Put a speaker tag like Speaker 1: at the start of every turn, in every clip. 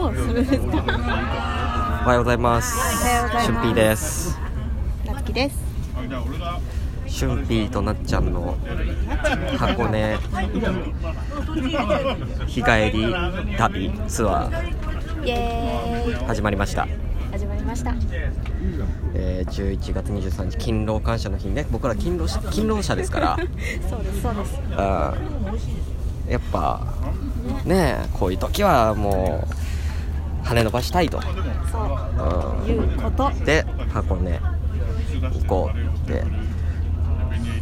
Speaker 1: おそれですか
Speaker 2: おはようございます
Speaker 1: おはようございます
Speaker 2: しゅんぴーです
Speaker 1: なつきです
Speaker 2: しゅんぴーとなっちゃんの箱根日帰り旅ツアー
Speaker 1: イエーイ
Speaker 2: 始まりました、
Speaker 1: 始まりました
Speaker 2: えー、11月23日勤労感謝の日ね僕ら勤労し勤労者ですから
Speaker 1: そうですそうです
Speaker 2: うんやっぱねえこういう時はもう羽伸ばしたいと、
Speaker 1: そう
Speaker 2: う
Speaker 1: いうこと
Speaker 2: ん、で箱根行こうって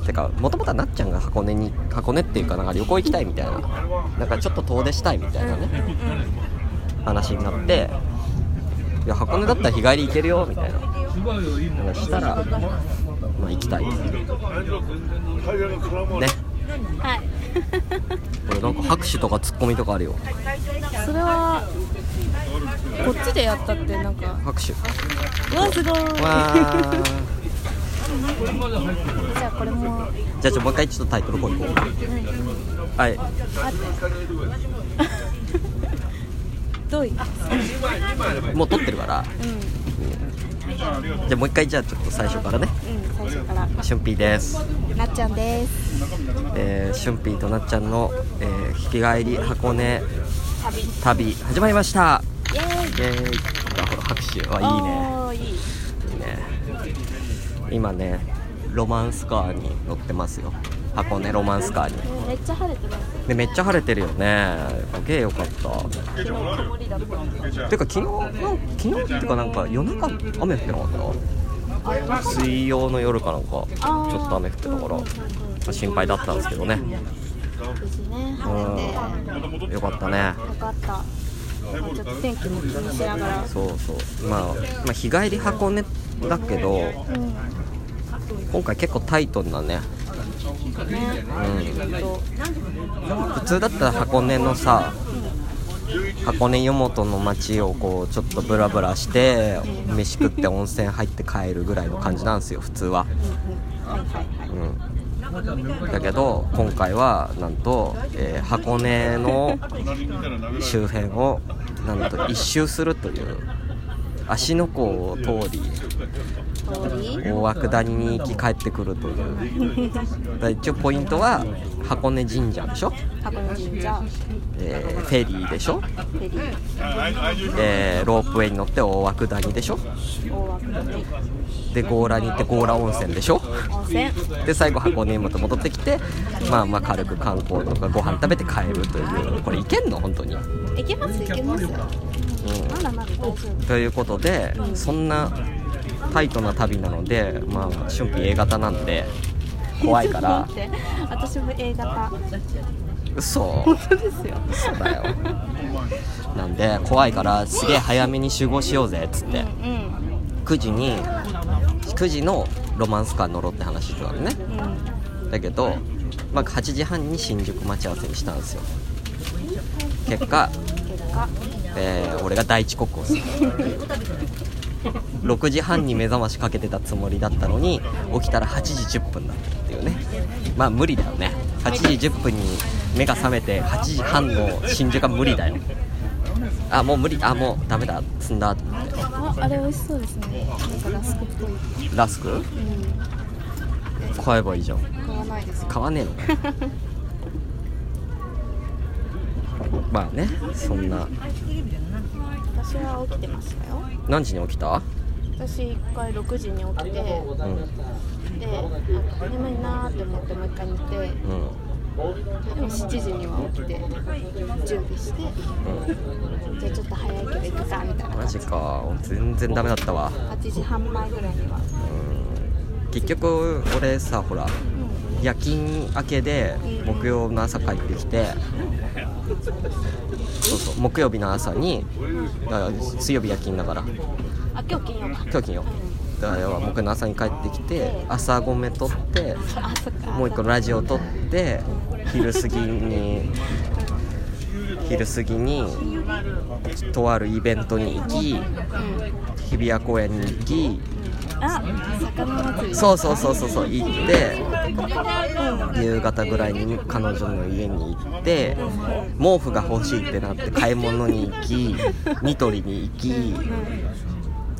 Speaker 2: てかもともとはなっちゃんが箱根に箱根っていうかなんか旅行行きたいみたいななんかちょっと遠出したいみたいなね話になっていや箱根だったら日帰り行けるよみたいな話したら、まあ、行きたいとね
Speaker 1: はい
Speaker 2: これなんか拍手とかツッコミとかあるよ
Speaker 1: それはこっちでやったってなんか
Speaker 2: 拍手
Speaker 1: うわすごい
Speaker 2: わー
Speaker 1: じゃあこれも
Speaker 2: じゃあちょもう一回ちょっとタイトルコールいこうはい
Speaker 1: どういあ
Speaker 2: もう撮ってるから
Speaker 1: う
Speaker 2: じゃあもう一回じゃあちょっと最初からね
Speaker 1: んうん最初から
Speaker 2: しゅんぴーです
Speaker 1: なっちゃんです
Speaker 2: えー、しゅんぴーとなっちゃんの、えー、引き帰り箱根
Speaker 1: 旅イ
Speaker 2: 旅始まりました
Speaker 1: エーイ
Speaker 2: イエーイあほら拍手はい
Speaker 1: おーいい
Speaker 2: いねいいね今ねロマンスカーに乗ってますよ箱根ロマンスカーに
Speaker 1: めっちゃ晴れてます
Speaker 2: でめっちゃ晴れてるよねすげえよかった
Speaker 1: 昨日曇りだったんで
Speaker 2: てか昨日なん昨日っていうかなんか夜中雨降ってなかった水曜の夜かなんかちょ
Speaker 1: あー
Speaker 2: っと雨降ってたから、
Speaker 1: うん
Speaker 2: ま
Speaker 1: うんうん
Speaker 2: あ心配だったんですけどね
Speaker 1: 無事ね
Speaker 2: う
Speaker 1: 晴れて
Speaker 2: んよかったね
Speaker 1: よかったまあちょっと天気も気にしながら
Speaker 2: そうそう、まあ、まあ日帰り箱根だけど
Speaker 1: うん
Speaker 2: 今回結構タイトなね、
Speaker 1: ね
Speaker 2: うん、
Speaker 1: えっと
Speaker 2: 普通だったら箱根のさ箱根湯本の街をこうちょっとブラブラして飯食って温泉入って帰るぐらいの感じなんですよ普通は、うん、だけど今回はなんと、えー箱根の周辺をなんと一周するという芦ノ湖を通
Speaker 1: 通
Speaker 2: り
Speaker 1: り
Speaker 2: 大涌谷に行き帰ってくるというだから一応ポイントは箱根神社でしょ、
Speaker 1: 箱根神社
Speaker 2: えーフェリーでしょ、
Speaker 1: フェリー
Speaker 2: えーロープウェイに乗って大涌谷でしょ
Speaker 1: 大涌谷
Speaker 2: で強羅に行って強羅温泉でしょ
Speaker 1: 温泉
Speaker 2: で最後箱根にまた戻ってきてまあまあ軽く観光とかご飯食べて帰るというこれ行けんの本当に
Speaker 1: 行けます行けます、うん、まだまだ大丈夫
Speaker 2: ということでそんなタイトな旅なのでまあ春季 A 型なんで怖いから
Speaker 1: ちょっと待って私も A 型
Speaker 2: 嘘
Speaker 1: そうですよ
Speaker 2: そうだよなんで怖いからすげえ早めに集合しようぜっつって
Speaker 1: うんうん
Speaker 2: 9時に9時のロマンスカー乗ろうって話してたのねだけど、まあ、8時半に新宿待ち合わせにしたんですよ結果、
Speaker 1: 結果
Speaker 2: えー俺が第一刻を する6時半に目覚ましかけてたつもりだったのに起きたら8時10分だったっていうねまあ無理だよね8時10分に目が覚めて8時半の新宿は無理だよあもう無理あもうダメだ積んだって
Speaker 1: ああれ美味しそうですねなんかラスクっぽい
Speaker 2: ラスク
Speaker 1: うん
Speaker 2: 買えばいいじゃん
Speaker 1: 買わないですよ
Speaker 2: 買わねえのかよ まあねそんな
Speaker 1: 私は起きてましたよ
Speaker 2: 何時に起きた、
Speaker 1: 私一回6時に起きて
Speaker 2: うんう
Speaker 1: であ眠いなーって思ってもう一回寝て
Speaker 2: ん
Speaker 1: でも7時には起きて準備してじゃあちょっと早いけど行くかみたいな
Speaker 2: マ
Speaker 1: 感
Speaker 2: ジ
Speaker 1: じ
Speaker 2: か全然ダメだったわ
Speaker 1: 8時半前ぐらいには
Speaker 2: 結局俺さほら夜勤明けで木曜の朝帰ってきてそうそう木曜日の朝にだから水曜日夜勤だから
Speaker 1: あ今日金曜か
Speaker 2: 今日金曜だから要は木曜の朝に帰ってきて朝ごめとって
Speaker 1: あそっか
Speaker 2: もう一個ラジオ撮って昼過ぎに昼過ぎにとあるイベントに行き日比谷公園に行き
Speaker 1: あ魚祭り
Speaker 2: そうそうそうそうそう行って
Speaker 1: うん
Speaker 2: 夕方ぐらいに彼女の家に行って毛布が欲しいってなって買い物に行きニトリに行き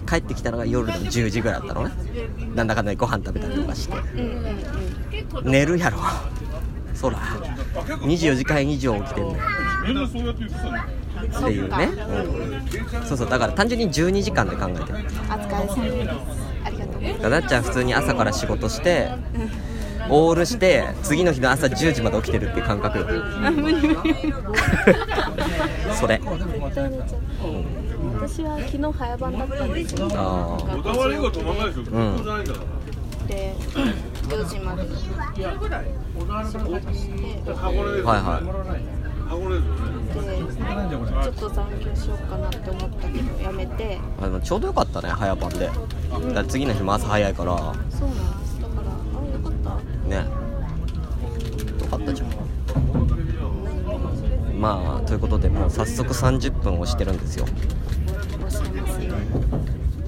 Speaker 2: 帰ってきたのが夜の10時ぐらいだったのねなんだかんだご飯食べたりとかして
Speaker 1: うんうんうん
Speaker 2: 寝るやろそら24時間以上起きてんの
Speaker 3: みんなそうやって言ってたね
Speaker 2: っていうね、うん、そうそうだから単純に12時間で考えてる
Speaker 1: お疲れ様ですありがとうございます
Speaker 2: だからなっちゃん普通に朝から仕事してオールして次の日の朝10時まで起きてるっていう感覚よ
Speaker 1: あ無理無理
Speaker 2: それ
Speaker 1: 絶対寝ちゃう私は昨日早番だったんですよ
Speaker 2: あー
Speaker 3: 小田原以外止まんないでしょずっとじゃないんだから
Speaker 1: で4時まで仕事して
Speaker 3: 箱根ですよね
Speaker 2: はいは
Speaker 3: 箱根ですよね
Speaker 1: でちょっと残業しようかなって思ったけどやめて
Speaker 2: いあのちょうどよかったね早番でだから次の日も朝早いから
Speaker 1: そうなんですだからあよかった
Speaker 2: ねよかったじゃんまあということでもう早速30分押してるんですよ
Speaker 1: おっしゃいますよ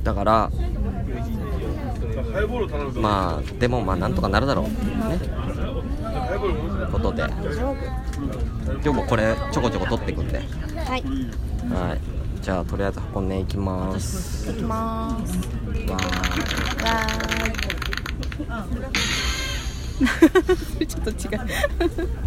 Speaker 2: だから
Speaker 3: ハイボール頼むと
Speaker 2: まあでもまあなんとかなるだろうね
Speaker 3: ハイボール飲ん
Speaker 2: と
Speaker 3: で
Speaker 2: いうことで
Speaker 1: 大丈夫
Speaker 2: 今日もこれちょこちょこ取っていくんで
Speaker 1: はい
Speaker 2: はいじゃあとりあえず箱根行きます
Speaker 1: 行きまーす
Speaker 2: わー
Speaker 1: バーイちょっと違う